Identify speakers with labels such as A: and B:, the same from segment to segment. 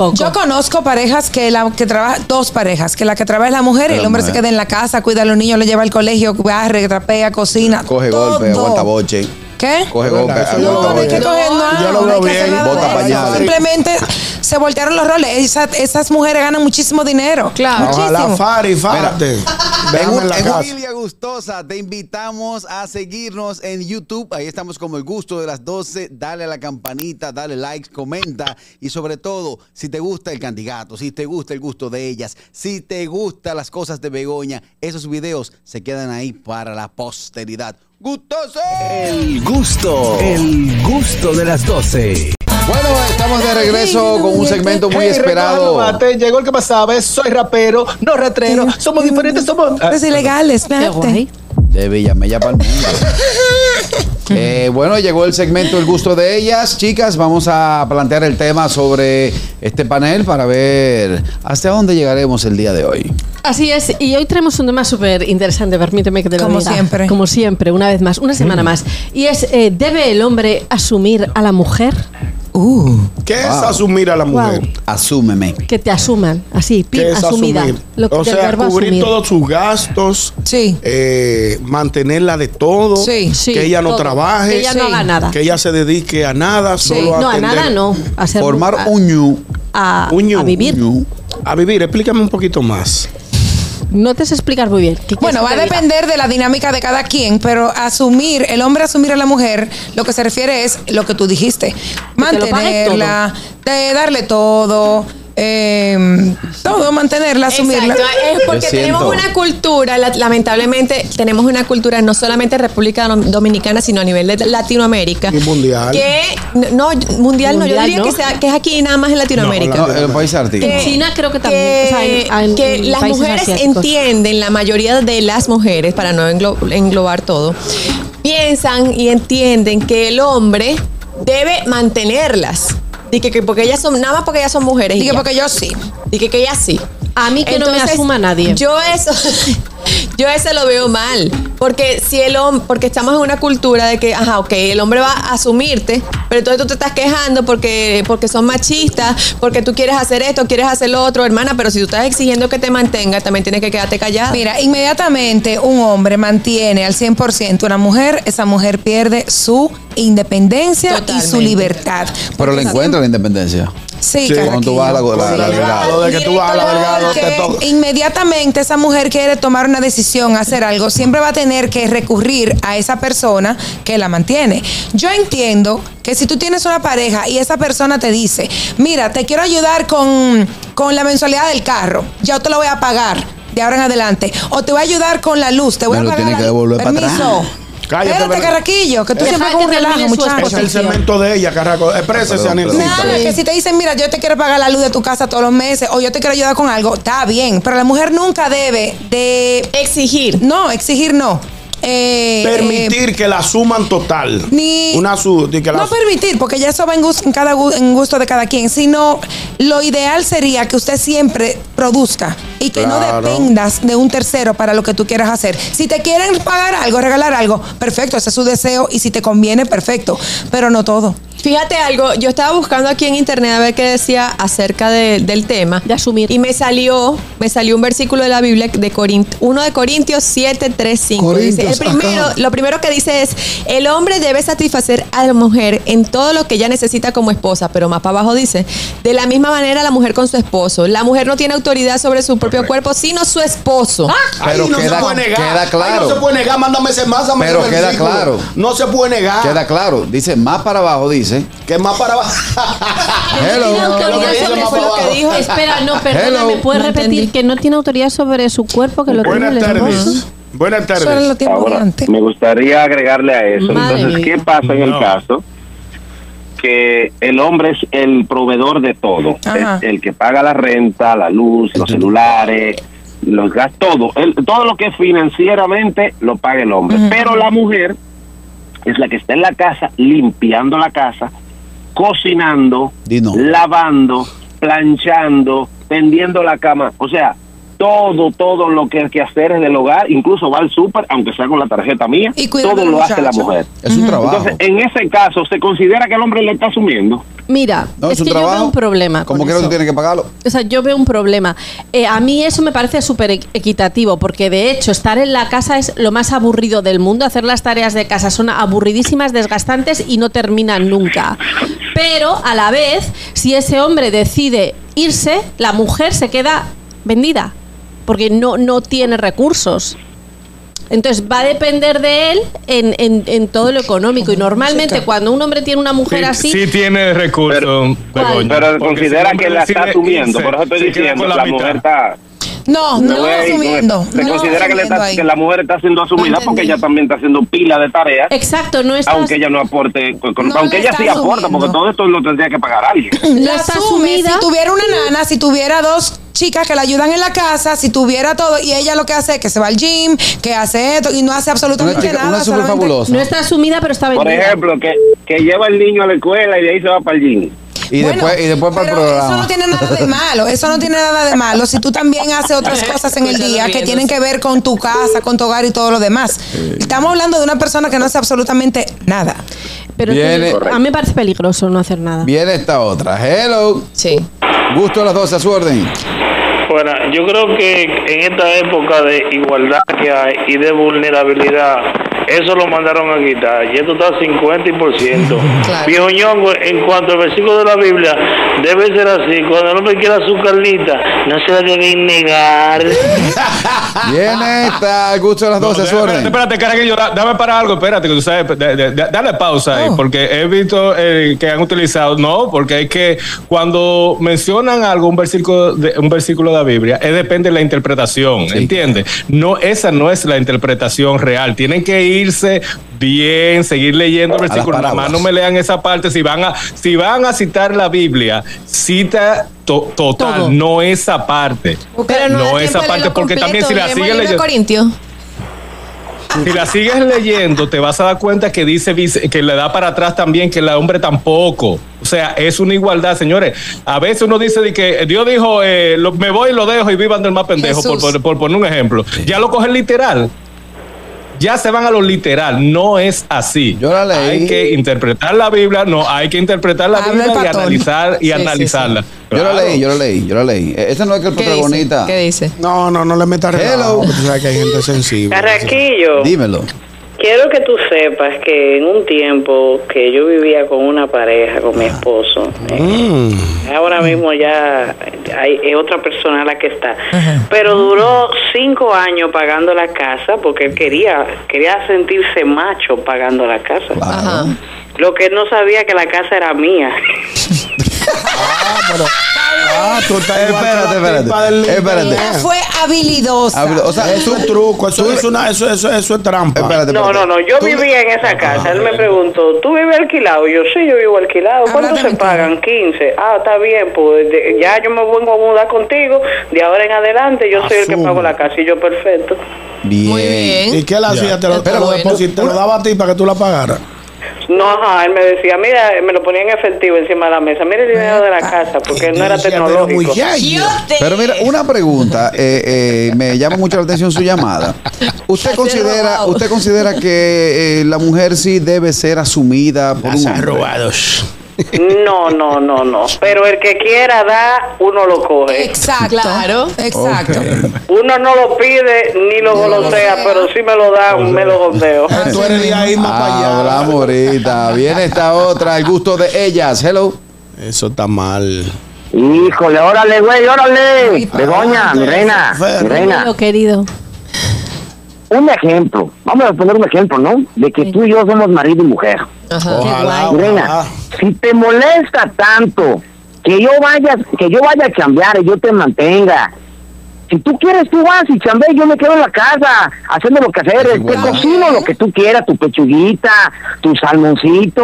A: Poco.
B: Yo conozco parejas que la que trabaja, dos parejas, que la que trabaja es la mujer y el
C: La
B: hombre se
C: mujer.
B: queda en la casa, cuida a los niños, lo lleva al colegio, barre, trapea, cocina.
C: Coge
B: todo.
C: golpe, aguanta boche.
B: ¿Qué?
C: Coge
D: Es
C: golpe,
D: verdad, eso
C: aguanta
D: yo
B: No, no hay
C: boche.
B: que coger nada.
D: Yo lo
B: no
D: veo
B: hay que hacer
D: bien.
B: nada
C: Bota
B: de eso.
C: pañales.
B: Simplemente se voltearon los roles. Esa- esas mujeres ganan muchísimo dinero.
A: Claro.
D: Ojalá
B: Muchísimo.
D: Fari, Farte.
C: En,
D: Déjame
C: un-
D: en la
C: en
D: casa.
C: Familia Gustosa, te invitamos a seguirnos en YouTube. Ahí estamos como el gusto de las 12. Dale a la campanita, dale likes, comenta. Y sobre todo, si te gusta el candidato, si te gusta el gusto de ellas, si te gustan las cosas de Begoña, esos videos se quedan ahí para la posteridad. ¡Gustoso!
E: El gusto, el gusto de las 12.
C: Bueno, estamos de regreso con un segmento muy
F: Hey, Ricardo
C: esperado.
F: Bate, llegó el que pasaba, es- soy rapero, no ratrero, somos diferentes, somos...
B: Es ilegal,
A: Qué
B: espérate.
A: guay.
C: De Villamella para el mundo. Eh, bueno, llegó el segmento El gusto de ellas. Chicas, vamos a plantear el tema sobre este panel para ver hasta dónde llegaremos el día de hoy.
A: Así es, y hoy traemos un tema súper interesante, permíteme que te lo
B: Como
A: diga.
B: siempre.
A: Como siempre, una vez más, una
C: Mm.
A: semana más. Y es, eh, ¿debe el hombre asumir a la mujer?
D: ¿Qué es
C: Wow.
D: asumir a la mujer?
A: Wow.
C: Asúmeme.
A: Que te asuman, así, pi,
D: ¿Qué es
A: asumida.
D: asumir?
A: Lo que
D: o
A: del
D: sea,
A: verbo
D: cubrir
A: asumir.
D: todos sus gastos,
B: Sí.
D: eh, mantenerla de todo,
B: Sí.
A: Sí,
D: que ella no
A: todo.
D: trabaje,
A: Que ella no
B: sí.
A: haga nada.
D: que ella se dedique a nada, solo a
A: No, a
D: atender-
A: nada no. A ser-
C: Formar
A: a-
C: un ñu.
A: a,
D: Un ñu,
A: a vivir.
D: un ñu. A vivir, explícame un poquito más.
A: No te sé explicar muy bien. ¿Qué quieres
B: Bueno, va
A: que
B: a
A: te diga?
B: depender de la dinámica de cada quien, pero asumir, el hombre asumir a la mujer, lo que se refiere es lo que tú dijiste.
A: pague todo.
B: Mantenerla, de darle todo, eh, todo, mantenerla, asumirla.
G: Exacto, es porque
C: Yo
G: tenemos
C: siento.
G: una cultura, la- lamentablemente tenemos una cultura no solamente en República Dom- Dominicana, sino a nivel de Latinoamérica.
D: Y mundial.
G: Que, no, no, mundial no, yo
A: Mundial,
G: diría
A: ¿no?
G: Que, sea- que es aquí nada más en Latinoamérica.
C: No, en los países
A: En
C: artículos.
A: China creo que también, o sea, en- en-
G: que
A: en
G: las
A: países
G: mujeres
A: asiáticos.
G: entienden, la mayoría de las mujeres, para no englo- englobar todo, piensan y entienden que el hombre debe mantenerlas. Y que, que porque ellas son, nada más porque ellas son mujeres. y
B: Dije,
G: ya.
B: porque yo sí.
G: Dije que ella sí.
A: A mí que no me asuma nadie.
G: Yo eso, yo eso lo veo mal. Porque si el hombre, porque estamos en una cultura de que, ajá, ok, el hombre va a asumirte, pero entonces tú te estás quejando porque, porque son machistas, porque tú quieres hacer esto, quieres hacer lo otro, hermana, pero si tú estás exigiendo que te mantenga, también tienes que quedarte callada.
B: Mira, inmediatamente un hombre mantiene al 100% una mujer, esa mujer pierde su independencia y su
G: Totalmente.
B: libertad.
C: Pero le encuentra la independencia.
B: Sí,
D: Sí,
B: Carraquillo.
C: Cuando tú vas a la, la- la-
D: Delgado,
C: delgado.
D: de que tú vas a la delgado, te
B: Porque
D: toca.
B: inmediatamente esa mujer quiere tomar una decisión, hacer algo, siempre va a tener que recurrir a esa persona que la mantiene. Yo entiendo que si tú tienes una pareja y esa persona te dice, mira, te quiero ayudar con, con la mensualidad del carro, yo te lo voy a pagar de ahora en adelante, o te voy a ayudar con la luz, te voy
C: Me lo
B: a pagar
C: tiene
B: la
C: que
B: luz.
C: devolver para
B: Permiso.
C: atrás.
D: Cállate,
B: Espérate,
D: ¿verdad?
B: carraquillo, que tú
A: Deja
B: siempre
A: que
B: con un relajo,
A: termine su
B: muchacho.
D: Es el
A: posición.
D: segmento de ella, carajo. Exprésese,
C: Perdón,
D: Anelcita.
C: perdón.
B: Nada, que si te dicen, mira, yo te quiero pagar la luz de tu casa todos los meses o yo te quiero ayudar con algo, está bien, pero la mujer nunca debe de...
G: Exigir.
B: No, exigir no. Eh, eh,
D: Permitir que la suman total.
B: ni-
D: Una su, de que la
B: no permitir, porque ya eso va en gusto, en cada, gu- en gusto de cada quien, sino lo ideal sería que usted siempre produzca y que no
D: Claro.
B: dependas de un tercero para lo que tú quieras hacer. Si te quieren pagar algo, regalar algo, perfecto, ese es su deseo y si te conviene, perfecto, pero no todo.
G: Fíjate algo, yo estaba buscando aquí en internet a ver qué decía acerca de- del tema.
A: De asumir.
G: Y me salió, me salió un versículo de la Biblia de Corint 1 de Corintios 7, 3, 5. Dice,
D: Corintios,
G: el primero,
D: ajá.
G: lo primero que dice es, el hombre debe satisfacer a la mujer en todo lo que ella necesita como esposa, pero más para abajo dice, de la misma manera la mujer con su esposo. La mujer no tiene autoridad sobre su propio cuerpo, sino su esposo.
A: Ah,
C: Pero queda- queda claro.
D: Ahí no se puede negar, mándame ese más, mándame
C: Pero
D: ese
C: queda
D: versículo.
C: claro.
D: No se puede negar.
C: Queda claro. Dice, más para abajo, dice.
D: Que más para abajo.
C: Hello.
A: No tiene
D: Lo que
A: autoridad
D: dice
A: sobre
D: más
A: su
D: para
A: cuerpo.
D: abajo.
A: Dijo, Espera, no, perdona,
C: Hello.
A: ¿me puedes
G: No
A: repetir
G: entendí.
A: que no tiene autoridad sobre su cuerpo, que lo tiene el
D: Buenas
A: esposo?
D: tardes. Buenas
B: Solo en
D: tardes.
B: los tiempos de
H: Ahora,
B: antes.
H: me gustaría agregarle a eso.
A: Madre
H: Entonces,
A: mía.
H: ¿qué pasa en el caso? Que el hombre es el proveedor de todo.
B: Ajá.
H: Es el que paga la renta, la luz, los celulares, los gastos, todo. El- todo lo que financieramente lo paga el hombre. Pero la mujer es la que está en la casa, limpiando la casa, cocinando,
C: Di no.
H: lavando, planchando, tendiendo la cama. O sea, todo, todo lo que hay que hacer es del hogar, incluso va al súper, aunque sea con la tarjeta mía,
B: Y cuidando
H: todo
B: al
H: lo hace la
B: muchacho.
H: mujer.
C: Es un trabajo.
H: Entonces, en ese caso, ¿se considera que el hombre le está asumiendo?
A: Mira,
C: No,
A: es,
C: un
A: que yo veo un problema.
C: Como
A: con
C: que no
A: eso.
C: tienes que pagarlo.
A: O sea, yo veo un problema. Eh, a mí eso me parece súper equ- equitativo, porque de hecho estar en la casa es lo más aburrido del mundo. Hacer las tareas de casa son aburridísimas, desgastantes y no terminan nunca. Pero a la vez, si ese hombre decide irse, la mujer se queda vendida, porque no, no tiene recursos. Entonces va a depender de él en, en- en todo lo económico. Y normalmente cuando un hombre tiene una mujer así,
I: Sí, sí tiene recursos.
A: Pero-
I: Begoña,
H: Pero
I: Pues, porque
H: considera
I: si
H: que
I: hombre
H: la está
I: decide
H: asumiendo,
I: irse,
H: por eso estoy
I: se queda
H: diciendo,
I: con
H: la, mujer está...
B: No, Oh, no,
H: No,
B: lo
H: ey,
B: asumiendo.
H: Se
B: no lo
H: considera que, le
B: asumiendo
H: está-
B: ahí.
H: que la mujer está siendo asumida
B: No
H: porque
B: entendí.
H: ella también está haciendo pila de tareas,
A: exacto, no estás...
H: aunque ella no aporte, con- con-
B: No
H: aunque
B: lo
H: ella
B: está
H: sí aporta,
B: asumiendo.
H: porque todo esto lo tendría que pagar alguien.
A: La
B: La asume,
A: asumida-
B: si tuviera una nana, si tuviera dos chicas que la ayudan en la casa, si tuviera todo, y ella lo que hace es que se va al gym, que hace esto, y no hace
C: Una,
B: absolutamente
C: chica,
B: nada.
C: una super
B: solamente-
C: fabulosa.
A: No está asumida, pero está vendida.
H: Por ejemplo, que, que lleva el niño a la escuela y de ahí se va para el gym.
C: Y,
B: Bueno,
C: después, y después para el
B: pero
C: programa.
B: Eso no tiene nada de malo, eso no tiene nada de malo. Si tú también haces otras cosas en el día que tienen que ver con tu casa, con tu hogar y todo lo demás. Estamos hablando de una persona que no hace absolutamente nada.
A: Pero
C: Viene-
A: es que a mí me parece peligroso no hacer nada.
C: Viene esta otra. Hello.
G: Sí.
C: Gusto a las 12, a su orden.
J: Bueno, yo creo que en esta época de igualdad que hay y de vulnerabilidad, eso lo mandaron a quitar. Y esto está 50 y por ciento. Viejo ñongo, en cuanto al versículo de la Biblia, debe ser así. Cuando el hombre quiera su carnita, no se la deben negar.
C: Viene esta. Gusto a las
I: No,
C: 12, a su
I: espérate,
C: orden.
I: Espérate, carajillo, da- dame para algo, espérate, que tú sabes, de- de- de- dale pausa ahí,
B: Oh.
I: porque he visto eh, que han utilizado, no, porque es que cuando mencionan algo, un versículo de, un versículo de la Biblia, eh, depende de la interpretación, ¿entiendes? No, esa no es la interpretación real, tienen que irse bien, seguir leyendo el
C: las
I: versículo, nada más
C: parábolas.
I: no me lean esa parte, si van a, si van a citar la Biblia, cita to- total,
A: Todo.
I: no esa parte.
G: Pero no, da tiempo
I: esa
G: de
I: parte,
G: leerlo
I: porque también si la
G: completo. Leemos
I: siguen
G: el libro de
I: leyendo.
G: Corintios.
I: Si la sigues leyendo, te vas a dar cuenta que dice vice- que le da para atrás también, que el hombre tampoco. O sea, es una igualdad, señores. A veces uno dice de que Dios dijo, eh, lo- me voy y lo dejo y vivan del más pendejo, por,
B: Jesús.
I: por- por poner un ejemplo. Ya lo cogen literal. Ya se van a lo literal. No es así.
C: Yo la leí.
I: Hay que interpretar la Biblia. No, hay que interpretar la
B: Habla el
I: Biblia y
B: patón.
I: analizar y
G: Sí, sí, sí.
I: analizarla.
C: Yo la
I: Claro.
C: leí, yo la leí, yo la leí. Eh, Esa no es que el
G: ¿Qué dice?
C: protagonista.
G: ¿Qué dice?
D: No, no, no le metas relajo,
C: Hello.
D: porque tú sabes que hay gente sensible.
J: Carraquillo,
C: Dímelo.
J: quiero que tú sepas que en un tiempo que yo vivía con una pareja, con mi esposo, eh, Ahora mismo ya hay, es otra persona la que está. Pero duró cinco años pagando la casa porque él quería, quería sentirse macho pagando la casa.
G: Ajá.
J: Lo que él no sabía que la casa era mía.
D: Ah, pero. Ah, tú estás igual que la
C: Espérate, espérate.
D: tipa del
C: Espérate.
D: internet.
B: Fue habilidosa.
C: Hablo- Ah, O sea, es
D: Eso es
C: un
D: un
C: truco.
D: truco, eso es, una, eso, eso, eso es trampa.
C: Espérate,
J: No,
C: espérate.
J: no, no. Yo
C: Tú-
J: vivía en esa casa. Él me preguntó, ¿tú vives alquilado? Yo sí, yo vivo alquilado. ¿Cuánto
B: Háblate
J: se
B: mi
J: pagan? 15. Ah, está bien, pues de- ya yo me vengo a mudar contigo. De ahora en adelante yo soy el que
D: Asume.
J: pago la casa y yo perfecto.
G: Muy
C: Bien.
G: bien.
D: ¿Y qué la hacía? Te lo, te
G: Pero
D: lo
G: bueno.
D: depositaba, te lo daba a ti para que tú la pagaras.
J: No, ajá, él me decía, mira, me lo ponía en efectivo encima de la mesa, mira el dinero de la casa, porque él no era
D: Decía, pero muy
J: tecnológico.
D: ya,
G: Yo
D: ya.
G: te-
C: Pero mira, una pregunta, eh, eh, me llama mucho la atención su llamada. ¿Usted considera,
G: robado.
C: usted considera que eh, la mujer sí debe ser asumida por un hombre?
D: robados.
J: No, no, no, no. Pero el que quiera dar, uno lo coge.
B: Exacto.
G: Claro.
B: Exacto.
J: Uno no lo pide ni lo golosea, pero si me lo da, me lo goloseo.
D: Tú eres de ahí más para allá.
C: Ah, Hablamos ahorita. Viene esta otra, el gusto de ellas. Hello.
D: Eso está mal.
H: Híjole, órale, güey, órale. Begoña, mi reina, mi reina.
A: Lo querido.
H: Un ejemplo, vamos a poner un ejemplo, ¿no? De que tú y yo somos marido y mujer.
G: Ajá.
D: Ojalá.
H: Mi
D: ojalá.
C: Ah,
H: reina, si te molesta tanto que yo vaya, que yo vaya a chambear y yo te mantenga. Si tú quieres, tú vas y chambeas, yo me quedo en la casa, haciendo lo que hacer, te
C: igualdad.
H: cocino lo que tú quieras, tu pechuguita, tu salmoncito,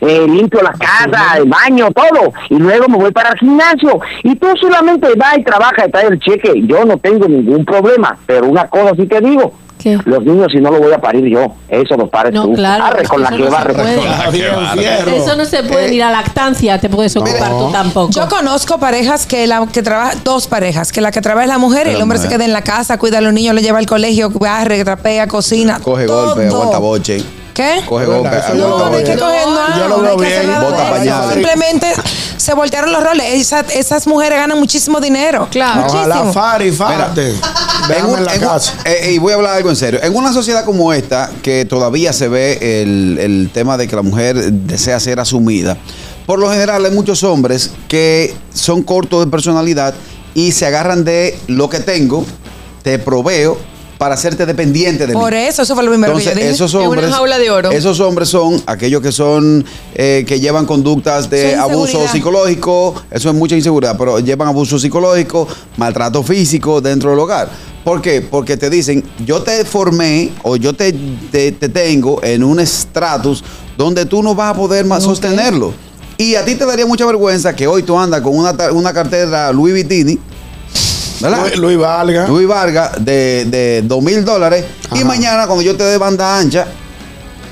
H: eh, limpio la casa, el baño, todo, y luego me voy para el gimnasio. Y tú solamente vas y trabajas y traes el cheque, yo no tengo ningún problema, pero una cosa sí te digo,
A: ¿Qué?
H: los niños si no lo voy a parir yo, eso lo pares
A: No,
H: tú.
A: claro,
H: Arre
A: es
H: con
A: que
H: la
A: eso
H: que
A: no se
H: barre. pues. Eh.
A: puede.
D: Ah, bien, fierro.
A: Eso no se puede, ni la lactancia te puedes ocupar tú tampoco.
B: Yo conozco parejas que la que trabaja, dos parejas, que la que trabaja es la mujer y el
C: Pero
B: hombre se
C: mujer.
B: queda en la casa, cuida a los niños, lo lleva al colegio, barre, trapea, cocina.
C: Coge
B: todo.
C: golpe, aguanta boche.
B: ¿Qué?
C: Coge boca.
B: No, no hay que coger nada.
D: Yo lo
B: no
D: veo
B: hay que hacer
D: bien.
B: nada de
C: Bota
B: eso.
C: pañales.
B: Simplemente se voltearon los roles. Esa- esas mujeres ganan muchísimo dinero.
G: Claro.
B: Ah, Muchísimo.
D: Ojalá Fari, fárate.
C: En un-
D: Déjame en la
C: en un-
D: casa.
C: eh, y voy a hablar algo en serio. En una sociedad como esta, que todavía se ve el, el tema de que la mujer desea ser asumida, por lo general hay muchos hombres que son cortos de personalidad y se agarran de lo que tengo, te proveo, para hacerte dependiente de mí.
B: Por eso, eso fue lo primero
C: Entonces,
B: que yo dije.
C: esos
G: En una
C: hombres,
G: jaula de oro.
C: Esos hombres son aquellos que son eh, que llevan conductas de
B: Son
C: abuso
B: inseguridad.
C: psicológico, eso es mucha inseguridad, pero llevan abuso psicológico, maltrato físico dentro del hogar. ¿Por qué? Porque te dicen, yo te formé o yo te, te, te tengo en un estratus donde tú no vas a poder más sostenerlo. Y a ti te daría mucha vergüenza que hoy tú andas con una, ta- una cartera Louis Vuitton, ¿verdad?
D: Luis, Luis
K: Ah.
D: Valga.
C: Luis Vargas de, de 2 mil dólares y
D: Ajá.
C: mañana cuando yo te dé banda ancha,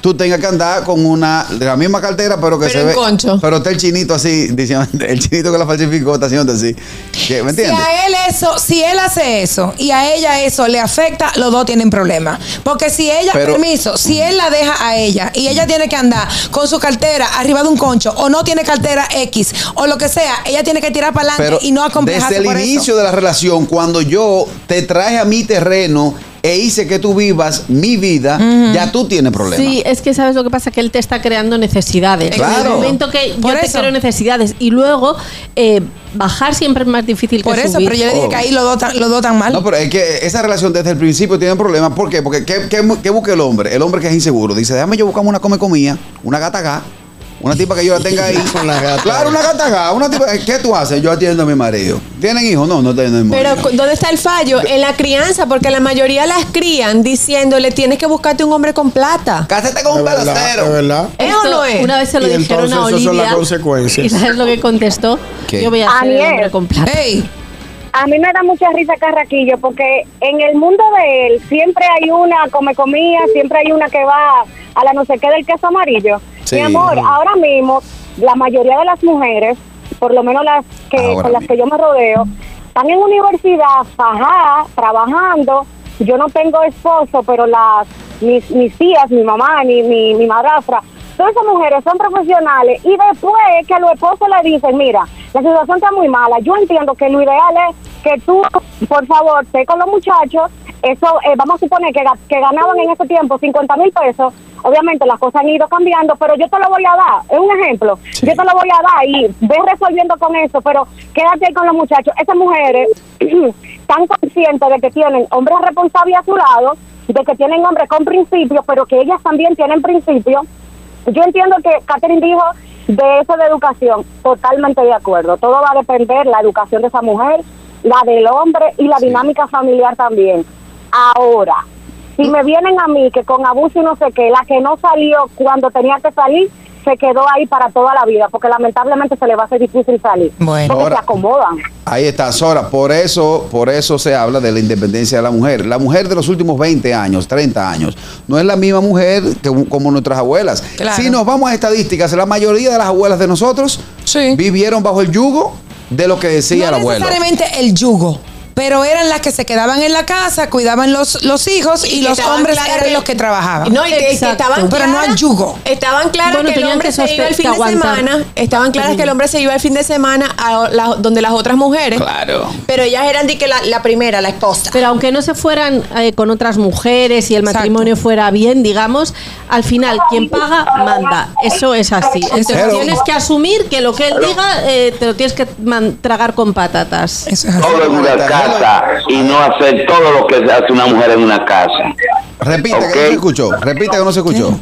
C: tú tengas que andar con una de la misma cartera, pero que
G: Pero
C: se
G: en
C: ve.
G: concho.
C: Pero está el chinito así, diciendo, el chinito que la falsificó está haciendo así. que- ¿Me
B: Si
C: entiendes?
B: a él eso, si él hace eso y a ella eso le afecta, los dos tienen problemas. Porque si ella,
C: Pero-
B: permiso, si él la deja a ella y ella tiene que andar con su cartera arriba de un concho o no tiene cartera X o lo que sea, ella tiene que tirar para
C: Pero
B: adelante y no acomplejarse
C: desde el
B: por eso.
C: inicio de la relación, cuando yo te traje a mi terreno e hice que tú vivas mi vida, ya tú tienes problemas.
A: Sí, es que sabes lo que pasa, que él te está creando necesidades.
C: Claro.
A: En el momento que yo
B: Por
A: te
B: eso.
A: creo necesidades y luego eh, bajar siempre es más difícil
B: Por
A: que
B: eso,
A: subir.
B: pero yo le dije que ahí los dos tan, los dos tan mal.
C: No, pero es que esa relación desde el principio tiene problemas. ¿Por qué? Porque ¿qué, qué, qué busca el hombre? El hombre que es inseguro. Dice, déjame yo buscarme una come comida, una gata acá, una tipa que yo la tenga ahí.
D: Una gata.
C: Claro, una gata acá, una tipa. ¿Qué tú haces? Yo atiendo a mi marido. ¿Tienen hijos? No, no tienen
G: Pero cu-
C: marido.
G: ¿dónde está el fallo? En la crianza, porque la mayoría las crían diciéndole tienes que buscarte un hombre con plata.
C: Cásate con un
D: Es verdad, es
C: pelotero.
D: verdad.
G: ¿Es o no es?
A: Una vez se lo
D: Y
A: dijeron a
D: entonces esas son
A: Olivia.
D: las consecuencias.
A: ¿Y sabes lo que contestó?
C: ¿Qué?
A: Yo voy a hacer el
L: Aniel.
A: hombre con plata.
B: Ey,
L: A mí me da mucha risa Carraquillo porque en el mundo de él siempre hay una come comida, siempre hay una que va a la no sé qué del queso amarillo.
C: Sí.
L: Mi amor, ahora mismo la mayoría de las mujeres, por lo menos las que
C: Ahora
L: con las
C: mismo.
L: que yo me rodeo, están en universidad, fajada, trabajando. Yo no tengo esposo, pero las mis, mis tías, mi mamá, ni mi, mi madrastra, todas esas mujeres son profesionales y después que a los esposos le dicen, mira, la situación está muy mala. Yo entiendo que lo ideal es que tú, por favor, estés con los muchachos. Eso, eh, vamos a suponer que, ga- que ganaban en ese tiempo 50 mil pesos. Obviamente las cosas han ido cambiando, pero yo te lo voy a dar. Es un ejemplo. Yo te lo voy a dar y ve resolviendo con eso, pero quédate ahí con los muchachos. Esas mujeres están conscientes de que tienen hombres responsables a su lado, de que tienen hombres con principios, pero que ellas también tienen principios. Yo entiendo que Catherine dijo de eso de educación, totalmente de acuerdo. Todo va a depender la educación de esa mujer, la del hombre y la dinámica familiar también. Ahora, si me vienen a mí que con abuso y no sé qué, la que no salió cuando tenía que salir, se quedó ahí para toda la vida, porque lamentablemente se le va a hacer difícil salir.
B: Bueno.
L: porque
C: Ahora-
L: se acomodan.
C: Ahí está, Sora. Por eso, por eso se habla de la independencia de la mujer. La mujer de los últimos 20 años, 30 años, no es la misma mujer que, como nuestras abuelas.
B: Claro.
C: Si nos vamos a estadísticas, la mayoría de las abuelas de nosotros
B: Sí.
C: vivieron bajo el yugo de lo que decía el
B: no
C: abuelo.
B: necesariamente el yugo. Pero eran las que se quedaban en la casa, cuidaban los, los hijos y,
G: que
B: los
G: estaban
B: hombres
G: claras
B: eran
G: que-
B: los que trabajaban.
G: No, y que- que
A: Exacto.
G: estaban
B: Pero no
G: claras-
B: al yugo.
G: Estaban claras
A: Bueno,
G: que el
A: tenían
G: hombre
A: que
G: se iba
A: sostener-
G: el fin
A: que
G: de
A: aguantar.
G: semana. Estaban claras que el hombre se iba el fin de semana a la- donde las otras mujeres.
C: Claro.
G: Pero ellas eran de que la, la primera, la esposa.
A: Pero aunque no se fueran eh, con otras mujeres y el
B: Exacto.
A: matrimonio fuera bien, digamos, al final quien paga manda. Eso es así. Entonces
C: Hello.
A: tienes que asumir que lo que él diga eh, te lo tienes que man- tragar con patatas.
B: Eso es así.
L: Todo en una casa y no hacer todo lo que hace una mujer en una casa.
C: Repite que no
L: Ok.
C: se escuchó. Repite que no se escuchó.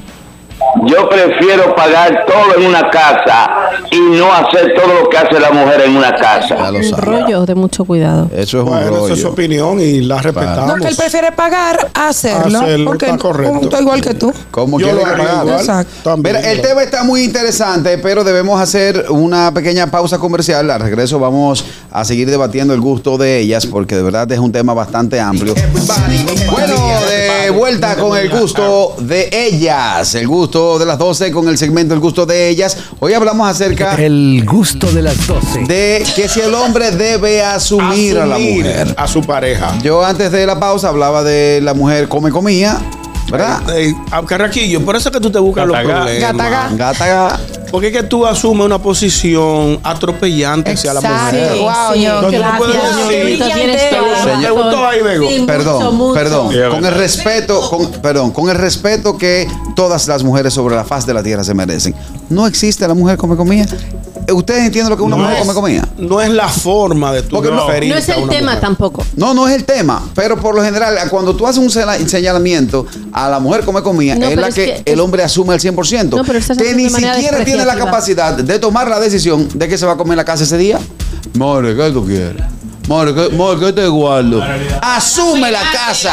L: Yo prefiero pagar todo en una casa y no hacer todo lo que hace la mujer en una
C: Ya
L: casa.
C: lo
A: Un
C: sabe.
A: rollo de mucho cuidado.
C: Eso es un
D: Bueno, esa es su
C: rollo.
D: opinión y la respetamos.
B: No, que él prefiere pagar a hacerlo.
D: Hacerlo,
B: porque
D: está correcto.
B: punto, igual que tú.
C: ¿Cómo
D: Yo
C: quiere
D: lo
C: que
D: haría
C: pagamos?
D: igual.
B: Exacto.
D: También,
C: Mira, el
D: ¿verdad?
C: tema está muy interesante, pero debemos hacer una pequeña pausa comercial. Al regreso vamos a seguir debatiendo el gusto de ellas, porque de verdad es un tema bastante amplio. Bueno, de vuelta con el gusto de ellas. El gusto de las 12 con el segmento El gusto de ellas. Hoy hablamos acerca
E: El gusto de las 12.
C: de que si el hombre debe asumir a la
D: Asumir
C: mujer.
D: A su pareja.
C: Yo antes de la pausa hablaba de la mujer come comía. ¿Verdad?
K: Ey, a- Carraquillo, por eso es que tú te buscas
C: Gataga.
K: los problemas.
C: Gataga. Gataga.
K: Porque es que tú asumes una posición atropellante hacia la mujer.
C: Sí, Wow, sí,
K: Entonces tú
C: gracias.
K: puedes decir,
C: Qué brillante
K: "Te
C: eres,
K: gustó,
C: Señor-
K: ¿Te gustó ahí, Bego?
C: Perdón, perdón. Con el respeto, con, perdón, con el respeto que todas las mujeres sobre la faz de la tierra se merecen. No existe la mujer come comida. ¿Ustedes entienden lo que una
K: No
C: mujer
K: es-
C: come comida?
K: No es la forma de tu
C: Porque no-
A: No es el tema tampoco.
C: No, no es el tema, pero por lo general, cuando tú haces un sela- señalamiento a la mujer come comida,
A: No,
C: es
A: pero
C: la
A: es
C: que,
A: que-
C: el hombre asume el 100%,
A: No, pero estás
C: que
A: haciendo
C: ni
A: de manera
C: siquiera tiene la
A: despreciativa.
C: capacidad de tomar la decisión de que se va a comer en la casa ese día. Madre, ¿qué tú quieres? Madre, ¿qué, madre, qué te guardo? Asume la casa,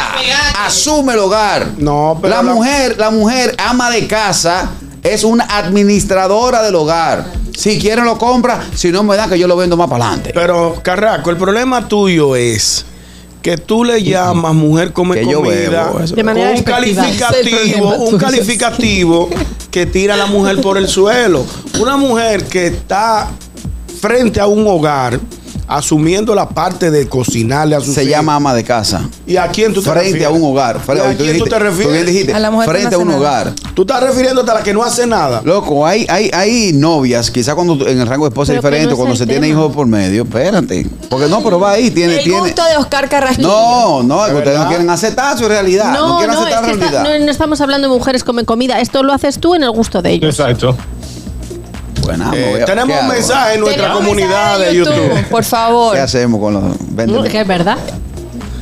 C: asume el hogar. No,
K: pero
C: la
K: la-
C: mujer, la mujer ama de casa es una administradora del hogar. Si quieren lo compra, si no me dan que yo lo vendo más para adelante.
K: Pero, Carraco, el problema tuyo es que tú le llamas mujer come
C: Que yo
K: comida
C: bebo, eso.
A: De manera
K: con un
A: despectiva. Ese es el
K: calificativo,
A: problema
K: un
A: tuyo,
K: calificativo que tira a la mujer por el suelo. Una mujer que está frente a un hogar asumiendo la parte de cocinarle a su
C: Se llama ama de casa.
K: ¿Y a quién tú te
C: frente
K: refieres?
C: a un hogar. Fre-
K: ¿Y a
C: oye, tú,
K: quién
C: dijiste,
K: tú te refieres?
C: bien dijiste,
K: A la mujer que
C: frente
K: no
C: a un
K: hace nada.
C: hogar.
K: Tú estás refiriéndote a la que no hace nada.
C: Loco, hay, hay, hay novias, quizás cuando tú- en el rango de esposa es
G: Pero que
C: diferente,
G: no es
C: cuando
G: el
C: se tiene
G: tema.
C: hijos por medio, espérate. Porque no, pero va ahí, tiene,
G: El
C: tiene.
G: gusto de Oscar Carrasquillo.
C: No, no, es que ustedes no quieren aceptar su realidad. No,
A: No,
C: quieren
A: no, es
C: aceptar
A: que
C: realidad.
A: está- no, no estamos hablando de mujeres comen comida. Esto lo haces tú en el gusto de ellos.
I: Exacto.
C: Bueno,
K: Eh,
C: voy a-
K: tenemos
C: ¿qué
K: un
C: hago?
K: mensaje en nuestra
G: Tenemos un
K: comunidad
G: mensaje
K: de
G: de
K: YouTube.
G: Por favor.
C: ¿Qué hacemos con los 20
A: No, que es verdad.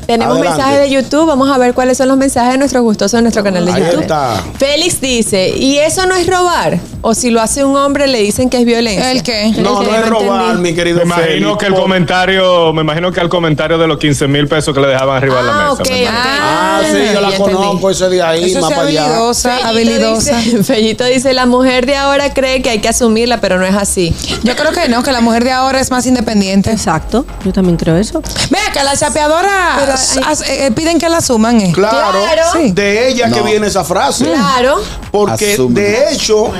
G: Tenemos
K: Adelante.
G: mensajes de YouTube. Vamos a ver cuáles son los mensajes de nuestros gustosos en nuestro canal de
K: Ahí
G: YouTube.
K: está.
G: Félix dice, ¿y eso no es robar? O si lo hace un hombre le dicen que es violencia.
B: ¿El qué?
K: No, no es robar, mi querido
I: Me imagino
K: Félix,
I: que el
K: por-
I: comentario, me imagino que al comentario de los 15 mil pesos que le dejaban arriba de la mesa.
G: Ah, ok.
I: me imagino.
K: Ah, sí, yo la
G: ya
K: conozco ese de ahí,
B: Eso
K: más
B: sí,
K: para allá.
B: habilidosa,
G: Fellito
B: habilidosa.
G: dice- Fellito dice, la mujer de ahora cree que hay que asumirla, pero no es así.
B: Yo creo que no, que la mujer de ahora es más independiente.
A: Exacto. Yo también creo eso.
B: Vea que las chapeadoras
G: Pero hay-
B: as- eh, eh, piden que la suman, ¿eh?
K: Claro,
G: Claro.
B: Sí.
K: de ella que
C: No.
K: viene esa frase.
G: Claro.
K: Porque
C: Asume.
K: de hecho,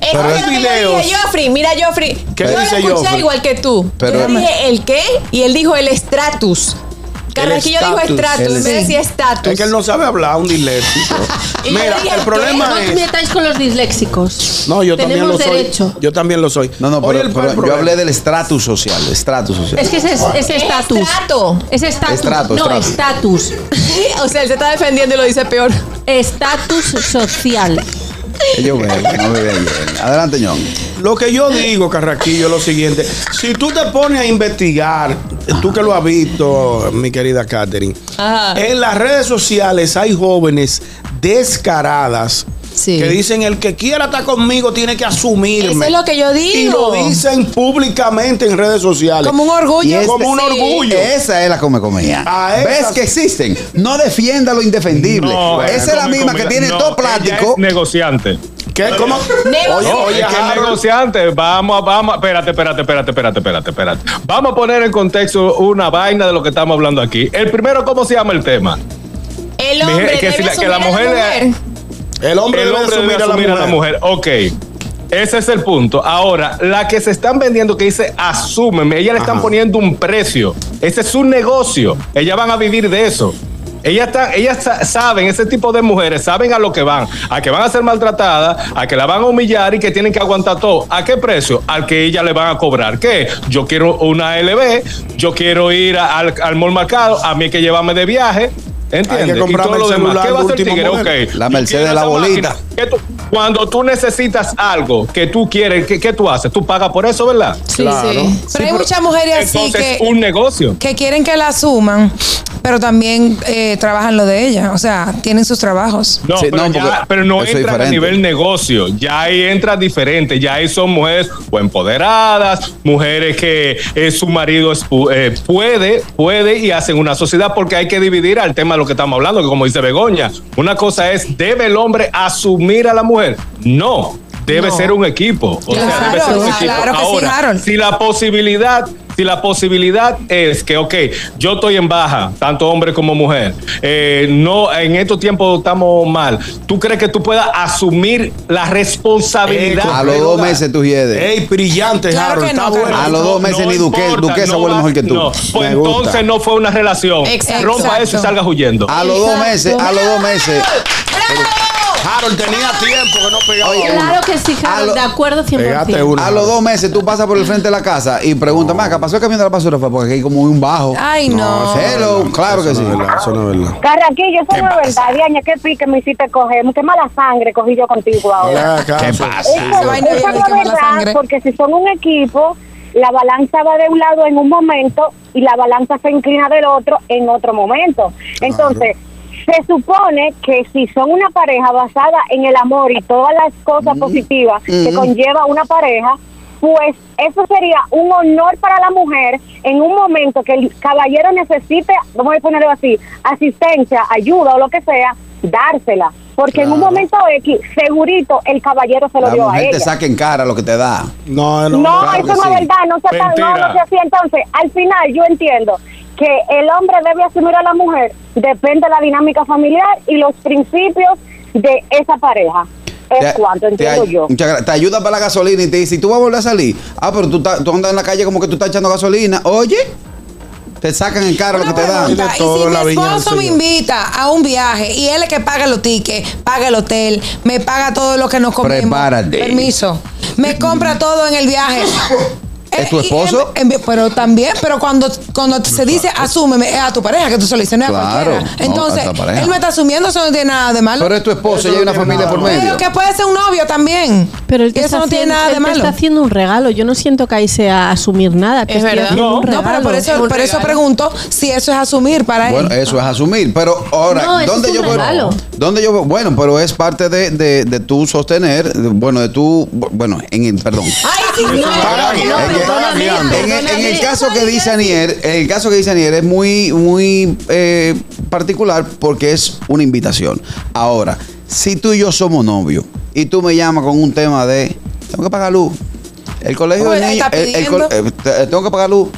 G: Es
K: Pero-
G: que yo le
K: videos.
G: dije, Joffrey, mira Joffrey,
K: ¿Qué
G: yo lo
K: dice
G: escuché
K: Joffrey?
G: igual que tú.
C: Pero-
G: yo le dije el qué y él dijo el estratus. Carraquillo dijo
K: estatus.
G: estratus,
C: El
G: en vez de decir estatus.
K: es que él no sabe hablar, un disléxico.
G: Y yo
K: Mira,
G: dije,
K: el
A: no
K: problema
A: os
K: es.
A: metáis con los disléxicos.
K: No, yo también
A: Tenemos
K: lo soy.
A: derecho.
K: Yo también lo soy.
C: No, no,
K: Oye,
C: pero,
K: el-
C: pero
K: el
C: yo
K: problema.
C: hablé del estratus social. Estratus social.
A: Es que ese es ese
G: Es
A: estatus.
G: estrato.
A: Es estatus.
C: Estrato,
A: No,
C: estrato.
A: estatus.
G: o sea, él se está defendiendo y lo dice peor.
A: Estatus social.
C: Yo veo, no me veo bien. Adelante, ñón.
K: Lo que yo digo, Carraquillo, es lo siguiente. Si tú te pones a investigar, tú que lo has visto, mi querida Katherine,
G: Ajá.
K: en las redes sociales hay jóvenes descaradas
G: Sí.
K: que dicen el que quiera estar conmigo tiene que asumirme.
G: Eso es lo que yo digo.
K: Y lo dicen públicamente en redes sociales.
B: Como un
C: Y
B: orgullo.
C: este-
K: Como un orgullo.
G: Eh.
C: Esa es la come comida.
K: A
C: ¿Ves
K: esas-
C: que existen? No defienda lo indefendible.
I: No,
C: esa es la
I: come
C: misma que
I: comida.
C: tiene
I: No,
C: todo
I: ella
C: plático.
I: es negociante.
K: ¿Qué? ¿Cómo?
G: Negocio.
K: Oye, oye,
I: es que es
K: Harold,
I: negociante, vamos, a- vamos, a- espérate, espérate, espérate, espérate, espérate, espérate. Vamos a poner en contexto una vaina de lo que estamos hablando aquí. El primero, ¿cómo se llama el tema?
G: El
I: Dije
G: hombre
I: que
G: debe
I: si la- que
G: asumir
I: la
G: a la
I: mujer le-
G: mujer.
K: el hombre,
I: el hombre debe asumir a la mujer. Ok. Ese es el punto. Ahora, la que se están vendiendo que dice asúmeme, ella le están
K: Ajá.
I: poniendo un precio. Ese es su negocio. Ellas van a vivir de eso. Ellas, están, ellas sa- saben, ese tipo de mujeres saben a lo que van, a que van a ser maltratadas, a que la van a humillar y que tienen que aguantar todo. ¿A qué precio? Al que ellas le van a cobrar. ¿Qué? Yo quiero una LB, yo quiero ir a- al, al mall marcado, a mí hay que llevarme de viaje. ¿Entiendes? Y todo
K: comprarme el
I: lo demás.
K: celular
I: ¿Qué va a
K: de
I: hacer el
K: último
I: tigre?
K: modelo.
I: Ok,
C: La
I: yo
C: Mercedes
I: quiero
C: la
I: esa
C: bolita.
I: máquina. ¿Qué tú- cuando tú necesitas algo que tú quieres, ¿qué, qué tú haces? Tú pagas por eso, ¿verdad?
G: Sí, sí.
B: Pero hay muchas mujeres así
I: Entonces,
B: que,
I: un negocio.
B: que quieren que la suman, pero también eh, trabajan lo de ella. O sea, tienen sus trabajos.
I: No,
C: Sí,
I: pero,
C: no,
I: ya-
C: porque
I: pero no
C: eso es
I: entra a
C: diferente.
I: nivel negocio. Ya ahí entra diferente. Ya ahí son mujeres o empoderadas, mujeres que eh, su marido es pu- eh, puede, puede y hacen una sociedad porque hay que dividir al tema de lo que estamos hablando, que como dice Begoña, una cosa es, ¿debe el hombre asumir a la mujer? No. Debe
G: No.
I: ser un equipo. O sea,
B: Claro,
I: debe ser un
B: claro,
I: equipo.
B: claro que sí,
I: Ahora,
B: Harold.
I: si la posibilidad, si la posibilidad es que, ok, yo estoy en baja, tanto hombre como mujer, eh, no, en estos tiempos estamos mal. ¿Tú crees que tú puedas asumir la responsabilidad?
C: Eh, A los dos meses tú hiedes.
K: Ey, brillante,
B: Claro
K: Harold,
B: que no,
K: está bueno.
C: A los dos meses ni duque- duquesa
I: no va-
C: vuelve mejor que tú.
I: no.
K: Me
I: pues
K: gusta.
I: entonces no fue una relación.
G: Exacto.
I: Rompa eso y salga huyendo.
C: A los dos
G: Exacto.
C: meses, a los dos meses.
K: Harold tenía tiempo que no pegaba.
A: Oye,
K: uno.
A: claro que sí, Harold, de acuerdo 100%.
K: Pégate una.
C: A los dos meses tú pasas por el frente de la casa y preguntas, Maca, ¿pasó el camión de la basura? Fue Porque hay como un bajo.
B: Ay, no.
C: Hello, claro que sí.
K: Eso no es verdad.
L: Carraquillo, eso no es verdad, Diana, qué pique me hiciste coger, qué mala sangre cogí yo contigo ahora.
K: ¿Qué
L: Eso, eso no es verdad, porque si son un equipo, la balanza va de un lado en un momento y la balanza se inclina del otro en otro momento. Entonces, se supone que si son una pareja basada en el amor y todas las cosas positivas que
M: mm.
L: conlleva una pareja, pues eso sería un honor para la mujer en un momento que el caballero necesite, vamos a ponerlo así, asistencia, ayuda o lo que sea, dársela. Porque en un momento X, segurito, el caballero se lo
C: La
L: dio a
C: mujer
L: ella.
C: te saca en cara lo que te da.
K: No,
L: No, eso no es verdad, no se está- no, no se hacía. Entonces, al final yo entiendo que el hombre debe asumir a la mujer, depende de la dinámica familiar y los principios de esa pareja. Es cuanto entiendo
C: ay-
L: yo.
C: muchas gracias. te ayuda para la gasolina y te dice, ¿y tú vas a volver a salir? Ah, pero tú, ta- tú andas en la calle como que tú estás echando gasolina. Oye, te sacan en cara lo que te dan.
B: pregunta, y si mi esposo me invita a un viaje y él es que paga los tickets, paga el hotel, me paga todo lo que nos comemos.
C: Prepárate.
B: Permiso. Me compra todo en el viaje.
C: ¿Es tu
B: Y-
C: esposo?
B: em- em- pero también, pero cuando, cuando se dice asúmeme, es a tu pareja que tú se lo dices, no es a
C: Claro,
B: cualquiera.
C: no,
B: Entonces,
C: a tu pareja.
B: él me está asumiendo, eso no tiene nada de malo.
C: Pero es tu esposo y hay una familia por medio.
B: Pero que puede ser un novio también.
A: Pero él te,
B: Eso
A: está,
B: no tiene
A: haciendo,
B: nada de
A: él te
B: malo.
A: está haciendo un regalo. Yo no siento que ahí sea asumir nada. te
B: Es
A: estoy
B: verdad.
A: haciendo un
B: No, pero
A: regalo.
B: por eso, por eso pregunto si eso es asumir para
C: Bueno, eh,
B: él.
C: eso es asumir. Pero ahora,
B: No, eso
C: ¿dónde
B: es
C: yo
B: un regalo.
C: puedo? ¿Dónde yo puedo? Bueno, pero es parte de, de, de tu sostener, de- bueno, de tu, bueno, en el, perdón. En el, en el caso que dice Anier, el caso que dice Anier es muy, muy eh, particular porque es una invitación. Ahora, si tú y yo somos novios y tú me llamas con un tema de tengo que pagar luz, el colegio
B: Oye,
C: de niños,
B: Pues está
C: el- el col-
B: pidiendo.
C: eh, te- eh, tengo que pagar luz.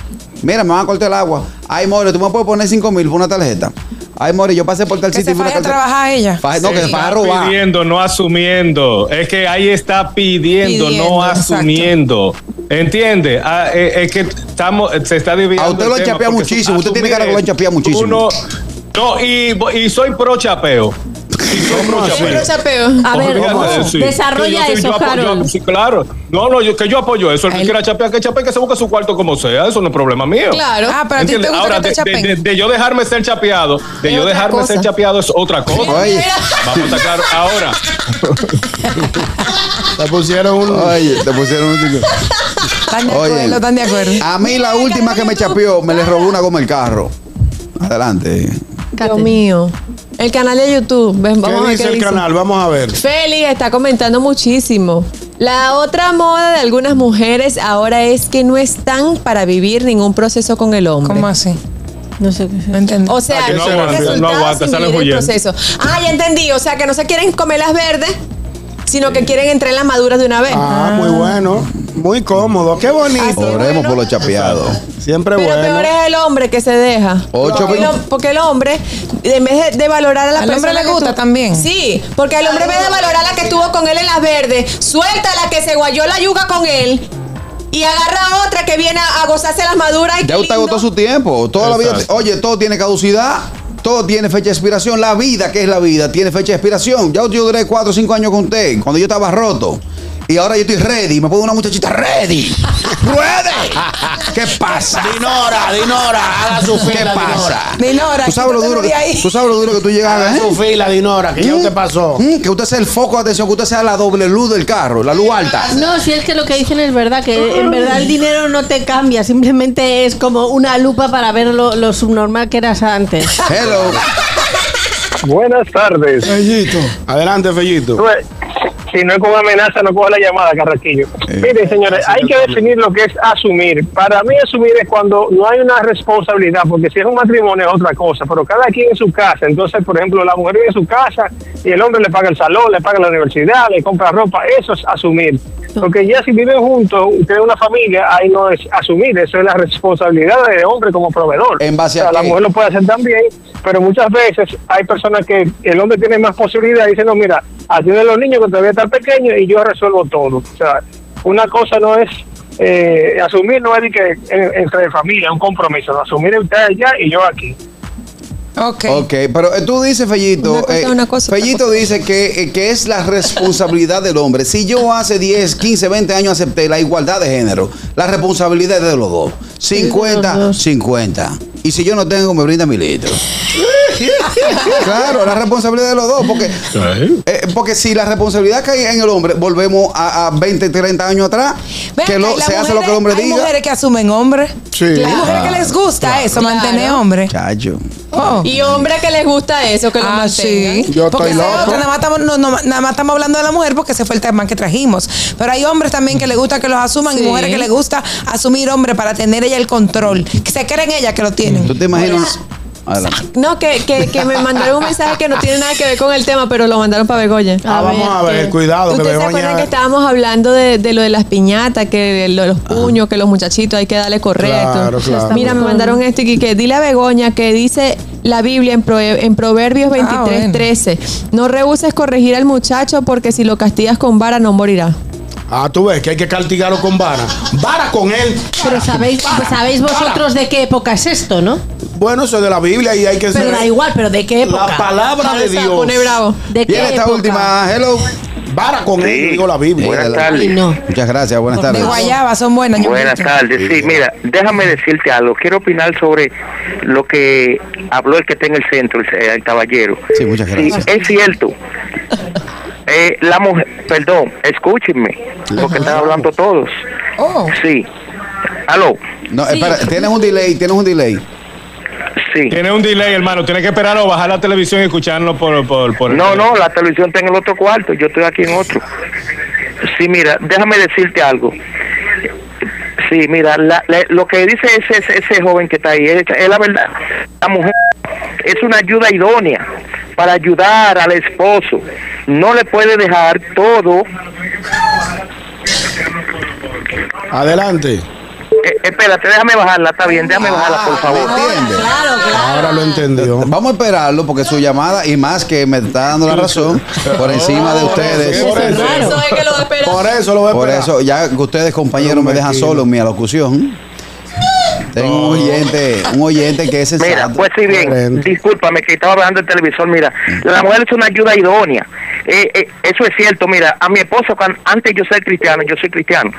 C: Mira, me van a cortar el agua. Ay, More, tú me puedes poner 5 mil por una tarjeta. Ay, More, yo pasé por tal sitio y fui una
B: Vaya a
C: tarjeta.
B: trabajar ella.
C: Faje- no,
I: Se
C: que
I: está
C: faje a robar.
I: pidiendo, no asumiendo. Es que ahí está pidiendo,
B: Pidiendo,
I: no
B: exacto.
I: asumiendo. ¿Entiende? Ah, eh, es que estamos, se está dividiendo.
C: A usted
I: el
C: lo han
I: tema,
C: chapeado
I: porque su-
C: muchísimo. Usted tiene
I: asumir
C: cara que lo han
I: es
C: chapeado muchísimo.
I: uno- no, y, y soy pro chapeo. Y soy pro chapeo.
A: A ver,
I: Olvídate
A: ¿cómo?
I: de- sí.
A: desarrolla
I: Que yo-
A: eso,
I: yo apoyo-
A: Harold.
I: sí, claro. No, no, yo, que yo apoyo eso. El que quiera chapear, que chapee, que se busque su cuarto como sea. Eso no es problema mío.
G: Claro. Ah, pero a ti te
I: ¿Entiendes?
G: gusta
I: Ahora,
G: que te
I: de- de,
G: chapeen.
I: de- de yo dejarme ser chapeado, de
G: Es
I: yo
G: otra
I: dejarme
G: cosa.
I: ser chapeado es otra cosa.
G: Oye.
I: Vamos a estar claros. Ahora,
K: Te pusieron un.
C: Oye, te pusieron un.
B: Están de
C: Oye. Ah,
B: acuerdo, están de acuerdo.
C: A mí la última que me chapeó me le robó una goma el carro. Adelante.
G: Dios mío. El canal de YouTube. Ven, vamos a
K: ¿Qué
G: ver
K: dice el
G: dice.
K: canal? Vamos a ver.
G: Feli está comentando muchísimo. La otra moda de algunas mujeres ahora es que no están para vivir ningún proceso con el hombre.
B: ¿Cómo así?
A: No sé qué es
B: Mm. No entiendo.
G: O sea,
I: Ah, que no
G: quieren
I: aguanta,
G: resultados
I: no aguanta,
G: sin
I: salen
G: vivir el
I: huyendo.
G: proceso. Ah, ya entendí. O sea, que no se quieren comer las verdes, sino que quieren entrar en las maduras de una vez.
K: Ah, muy bueno. Muy cómodo. Qué bonito.
C: Oremos por los chapeados.
K: Siempre
G: Pero
K: bueno.
G: peor es el hombre que se deja.
C: Ocho
G: porque, el,
C: veinte.
G: hom- porque el hombre, en vez de, de valorar a la
B: Al
G: persona.
B: hombre le
G: que
B: gusta
G: estuvo-
B: también.
G: Sí, porque el hombre en vez de valorar a la que estuvo con él en las verdes, suelta a la que se guayó la yuga con él y agarra a otra que viene a, a gozarse las maduras. Y
C: Ya usted agotó su tiempo. Toda la vida.
I: Exacto.
C: Oye, todo tiene caducidad. Todo tiene fecha de expiración. La vida, que es la vida, tiene fecha de expiración. Ya yo duré 4 o 5 años con usted, cuando yo estaba roto. Y ahora yo estoy ready. Me pongo una muchachita ready. ¡Ready! ¿Qué pasa?
D: Dinora, Dinora, haga su
C: ¿Qué
D: fila,
C: pasa?
B: Dinora,
C: ¿Tú sabes, lo duro
B: quítate de
C: que,
B: ahí.
C: tú sabes lo duro que tú llegas ¿eh?
K: Haga
C: a
K: su fila, Dinora, que ya usted pasó.
C: ¿Mm? que usted sea el foco de atención, que usted sea la doble luz del carro, la luz alta.
A: No, si es que lo que dicen es verdad, que en verdad el dinero no te cambia, simplemente es como una lupa para ver lo, lo subnormal que eras antes.
C: Hello.
N: Buenas tardes.
K: Fellito. Adelante, Fellito.
N: Pues, Si no es con amenaza, no cojo la llamada, Carraquillo. Miren, señores, hay que definir lo que es asumir. Para mí, asumir es cuando no hay una responsabilidad, porque si es un matrimonio es otra cosa, pero cada quien en su casa. Entonces, por ejemplo, la mujer vive en su casa y el hombre le paga el salón, le paga la universidad, le compra ropa. Eso es asumir. Porque ya si viven juntos, ustedes una familia, ahí no es asumir, eso es la responsabilidad del hombre como proveedor.
C: En base
N: O
C: a
N: sea, la
C: qué?
N: mujer lo puede hacer también, pero muchas veces hay personas que el hombre tiene más posibilidades y dicen, no, mira, atiende a los niños que todavía están pequeños y yo resuelvo todo. O sea, una cosa no es eh, asumir, no es de que en- entre familia, un compromiso, no, asumir ustedes allá y yo aquí.
B: Ok.
C: Ok, pero eh, tú dices, Fellito,
G: Una cosa,
C: eh,
G: una cosa, otra
C: Fellito
G: cosa.
C: dice que, eh, que es la responsabilidad del hombre. Si yo hace 10, 15, 20 años acepté la igualdad de género, la responsabilidad es de los dos. 50, 50. Y si yo no tengo, me brinda mi litro. Claro, la responsabilidad de los dos, porque, eh, porque si la responsabilidad cae en el hombre, volvemos a, a 20, 30 años atrás,
B: Ven
C: que
B: acá,
C: lo-
B: y las
C: se hace lo que el hombre
B: mujeres- Hay
C: diga.
B: mujeres que asumen hombres.
C: Sí.
B: Hay mujeres que les gusta eso, mantener hombres.
C: Chacho.
G: Y hombre que les gusta eso, que lo
B: Ah,
G: mantengan.
B: sí. Porque esa es otra, nada más, estamos, no, no, nada más estamos hablando de la mujer porque ese fue el tema que trajimos. Pero hay hombres también que les gusta que los asuman
G: Sí.
B: y mujeres que les gusta asumir hombres para tener ella el control. Que se creen ella que lo tienen.
C: ¿Tú te imaginas? Adelante.
G: No, que, que, que me mandaron un mensaje que no tiene nada que ver con el tema, pero lo mandaron para Begoña.
K: Ah, vamos a ver, cuidado, que
G: ¿Ustedes se
K: Begoña-
G: acuerdan que estábamos hablando de, de lo de las piñatas, que lo de los puños, que los muchachitos hay que darle correcto?
K: Claro, claro.
G: Mira, me mandaron esto y que dile a Begoña que dice la Biblia en, Pro- en Proverbios 23, 13. No rehuses corregir al muchacho porque si lo castigas con vara no morirá.
K: Ah, tú ves que hay que castigarlo con vara. Vara con él.
A: Pero sabéis, sabéis vosotros de qué época es esto, ¿no?
K: Bueno, eso es de la Biblia y hay que
A: Pero
K: ser-
A: da igual, pero ¿de qué época?
K: La palabra de Dios.
A: ¿De qué época?
C: hello.
K: Vara con él, digo la Biblia.
C: Buenas
K: Ay,
C: tardes.
K: no.
C: Muchas gracias, buenas
B: De
C: tardes.
B: guayaba, son buenas. ñonguito.
M: Buenas tardes. Sí, mira, déjame decirte algo. Quiero opinar sobre lo que habló el que está en el centro, el, eh, el caballero.
C: Sí, muchas
M: Sí,
C: gracias.
M: es cierto. Eh, la mujer, perdón, escúchenme, porque están hablando todos. Sí. Aló.
C: No, espera, tienes un delay, tienes un delay.
I: Tiene un delay, hermano. Tiene que esperar o bajar la televisión y escucharlo por, por, por el
M: No, no, la televisión está en el otro cuarto, yo estoy aquí en otro. Sí, mira, déjame decirte algo. Sí, mira, la- la- lo que dice ese, ese, ese joven que está ahí, es, es la verdad. La mujer es una ayuda idónea para ayudar al esposo. No le puede dejar todo.
K: Adelante.
M: Eh, espérate, déjame bajarla, está bien, déjame bajarla, por favor.
K: Ahora lo entendió.
C: Ah, Vamos a esperarlo porque su llamada, y más que me está dando la razón, por encima de ustedes.
K: Ah, Por eso, Por eso lo voy a
C: Por
K: esperar.
C: eso, ya que ustedes, compañeros, me dejan solo en mi alocución. Tengo un oyente, un oyente que es sensato.
M: Mira, pues sí,
C: Ah.
M: bien, discúlpame que estaba hablando del televisor, mira, la mujer es una ayuda idónea, Eh, eh, eso es cierto, mira, a mi esposo, cuan- antes yo soy cristiano, yo soy cristiano,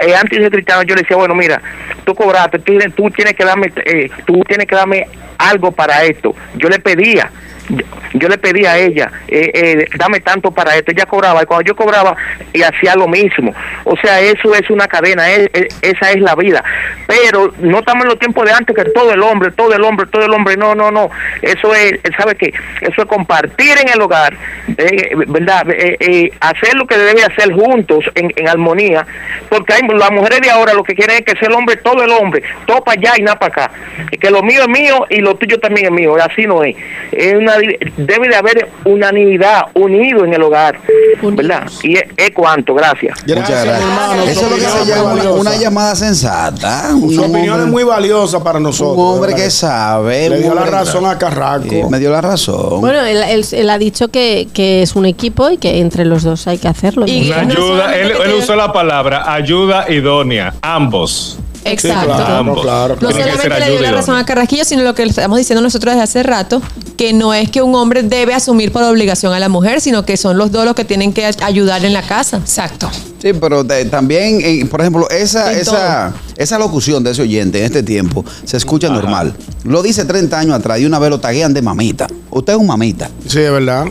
M: Eh, antes de ser cristiano yo le decía, bueno, mira, tú cobraste, tú, tienes- tú tienes que darme, eh, tú tienes que darme algo para esto, yo le pedía, yo, yo le pedía a ella, eh, eh, dame tanto para esto, ella cobraba, y cuando yo cobraba, y hacía lo mismo, o sea, eso es una cadena, es- es- esa es la vida, pero no estamos en los tiempos de antes que todo el hombre, todo el hombre, todo el hombre, no, no, no, eso es, ¿sabe qué? Eso es compartir en el hogar, eh, ¿verdad? Eh, eh, hacer lo que debe hacer juntos en, en armonía, porque hay, las mujeres de ahora lo que quieren es que sea el hombre, todo el hombre, todo para allá y nada para acá, que lo mío es mío y lo tuyo también es mío, así no es, Es una di- debe de haber unanimidad, unido en el hogar, ¿verdad? Y es, es cuanto, gracias.
C: Muchas gracias. Eso es lo que se llama una, una llamada sensata.
K: Su opinión es muy valiosa para nosotros.
C: Un hombre
K: de
C: que
K: verdad.
C: sabe.
K: Le
C: un
K: dio la
C: hombre-
K: razón a Carraco.
C: Eh, me dio la razón.
A: Bueno, él, él- él ha dicho que, que es un equipo y que entre los dos hay que hacerlo.
I: Una ayuda, él, él usó la palabra ayuda idónea, ambos.
G: Exacto.
I: ambos.
G: No
I: Tiene que
G: solamente
I: ser
G: le dio
I: ayuda
G: la razón
I: idónea.
G: a Carrasquillo, sino lo que le estamos diciendo nosotros desde hace rato, que no es que un hombre debe asumir por obligación a la mujer, sino que son los dos los que tienen que ayudar en la casa. Exacto.
C: Sí, pero te- también, eh, por ejemplo, esa,
G: En
C: esa, esa locución de ese oyente en este tiempo se escucha normal. Lo dice 30 años atrás y una vez lo taguean de mamita. Usted es un mamita. Eh,
K: Sí, es verdad.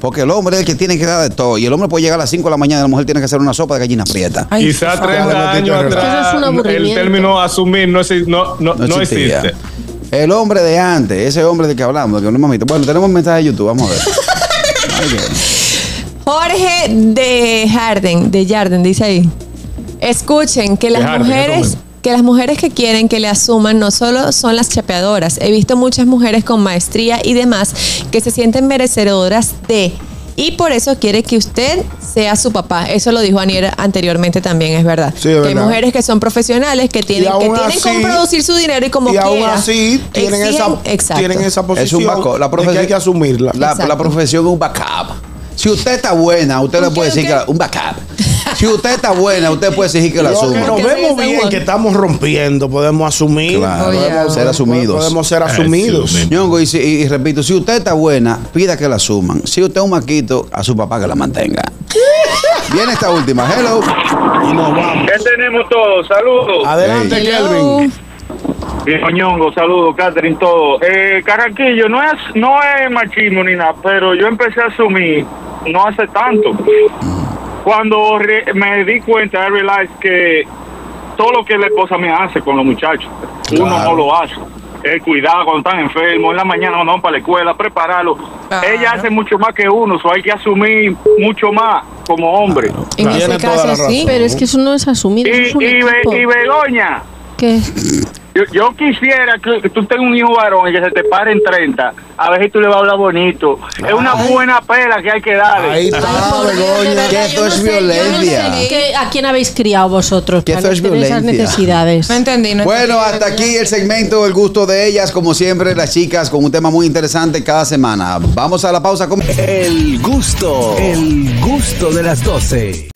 C: porque el hombre es el que tiene que dar de todo. Y el hombre puede llegar a las 5 de la mañana y la mujer tiene que hacer una sopa de gallina prieta.
I: Quizá 30 años atrás el término asumir no, exi- no, no,
C: No
I: no
C: existía.
I: existe.
C: El hombre de antes, ese hombre del que hablamos, de que no es mamita. Bueno, tenemos un mensaje de YouTube, vamos a ver. Ay, Dios.
G: Jorge de Jarden, de Jarden, dice ahí. Escuchen que
O: De
G: las
O: Jarden,
G: mujeres
O: eso
G: que las mujeres que quieren que le asuman no solo son las chapeadoras. He visto muchas mujeres con maestría y demás que se sienten merecedoras de y por eso quiere que usted sea su papá. Eso lo dijo Anier anteriormente también, es verdad.
K: es
G: que
K: verdad.
G: hay mujeres que son profesionales que tienen que
K: aún
G: tienen
K: así-
G: cómo producir su dinero y como
K: y aún
G: quiera,
K: así tienen
G: exigen-
K: esa,
G: Exacto.
K: tienen esa
C: Es un
K: posición
C: backup. La
K: de que
C: profesión-
K: hay que asumirla.
C: La, la profesión es un backup. Si usted está buena, usted le puede decir que la- un backup. Si usted está buena, usted puede exigir que lo
K: Lo que
C: asuma.
K: nos vemos bien que estamos rompiendo, podemos asumir.
C: Claro,
K: podemos
C: podemos ser asumidos.
K: Podemos ser asumidos.
C: Ñongo, y, si- y- y repito, si usted está buena, pida que la asuman. Si usted es un maquito, a su papá que la mantenga. Viene esta última. Hello.
O: ¿Qué tenemos todos? Saludos.
C: Adelante, Hey. Kelvin.
O: Viejo Ñongo, saludos, Catherine, todo. Eh, Carranquillo, no es, no es machismo ni nada, pero yo empecé a asumir no hace tanto. Cuando re- me di cuenta, I realized que todo lo que la esposa me hace con los muchachos, uno no lo hace. El cuidado cuando están enfermos, en la mañana cuando van para la escuela, prepararlo. Ella hace mucho más que uno, so hay que asumir mucho más como hombre.
A: En ese caso sí, pero es que eso no es asumir. eso es un
O: Y, y, Be-
A: equipo.
O: y Begoña,
A: ¿Qué?
O: yo, yo quisiera que, que tú tengas un hijo varón y que se te pare en 30. A ver si tú le vas a hablar bonito. Es una buena pela que hay que darle.
K: Ahí está,
A: Ah, Begoña.
C: Que esto es violencia.
A: ¿Qué- ¿A quién habéis criado vosotros
C: Que
A: para
C: eso es
A: tener esas
C: violencia.
A: necesidades? No
B: entendí.
C: Bueno, hasta aquí el segmento El gusto de ellas. Como siempre, las chicas con un tema muy interesante cada semana. Vamos a la pausa. El gusto.
E: El gusto de las 12.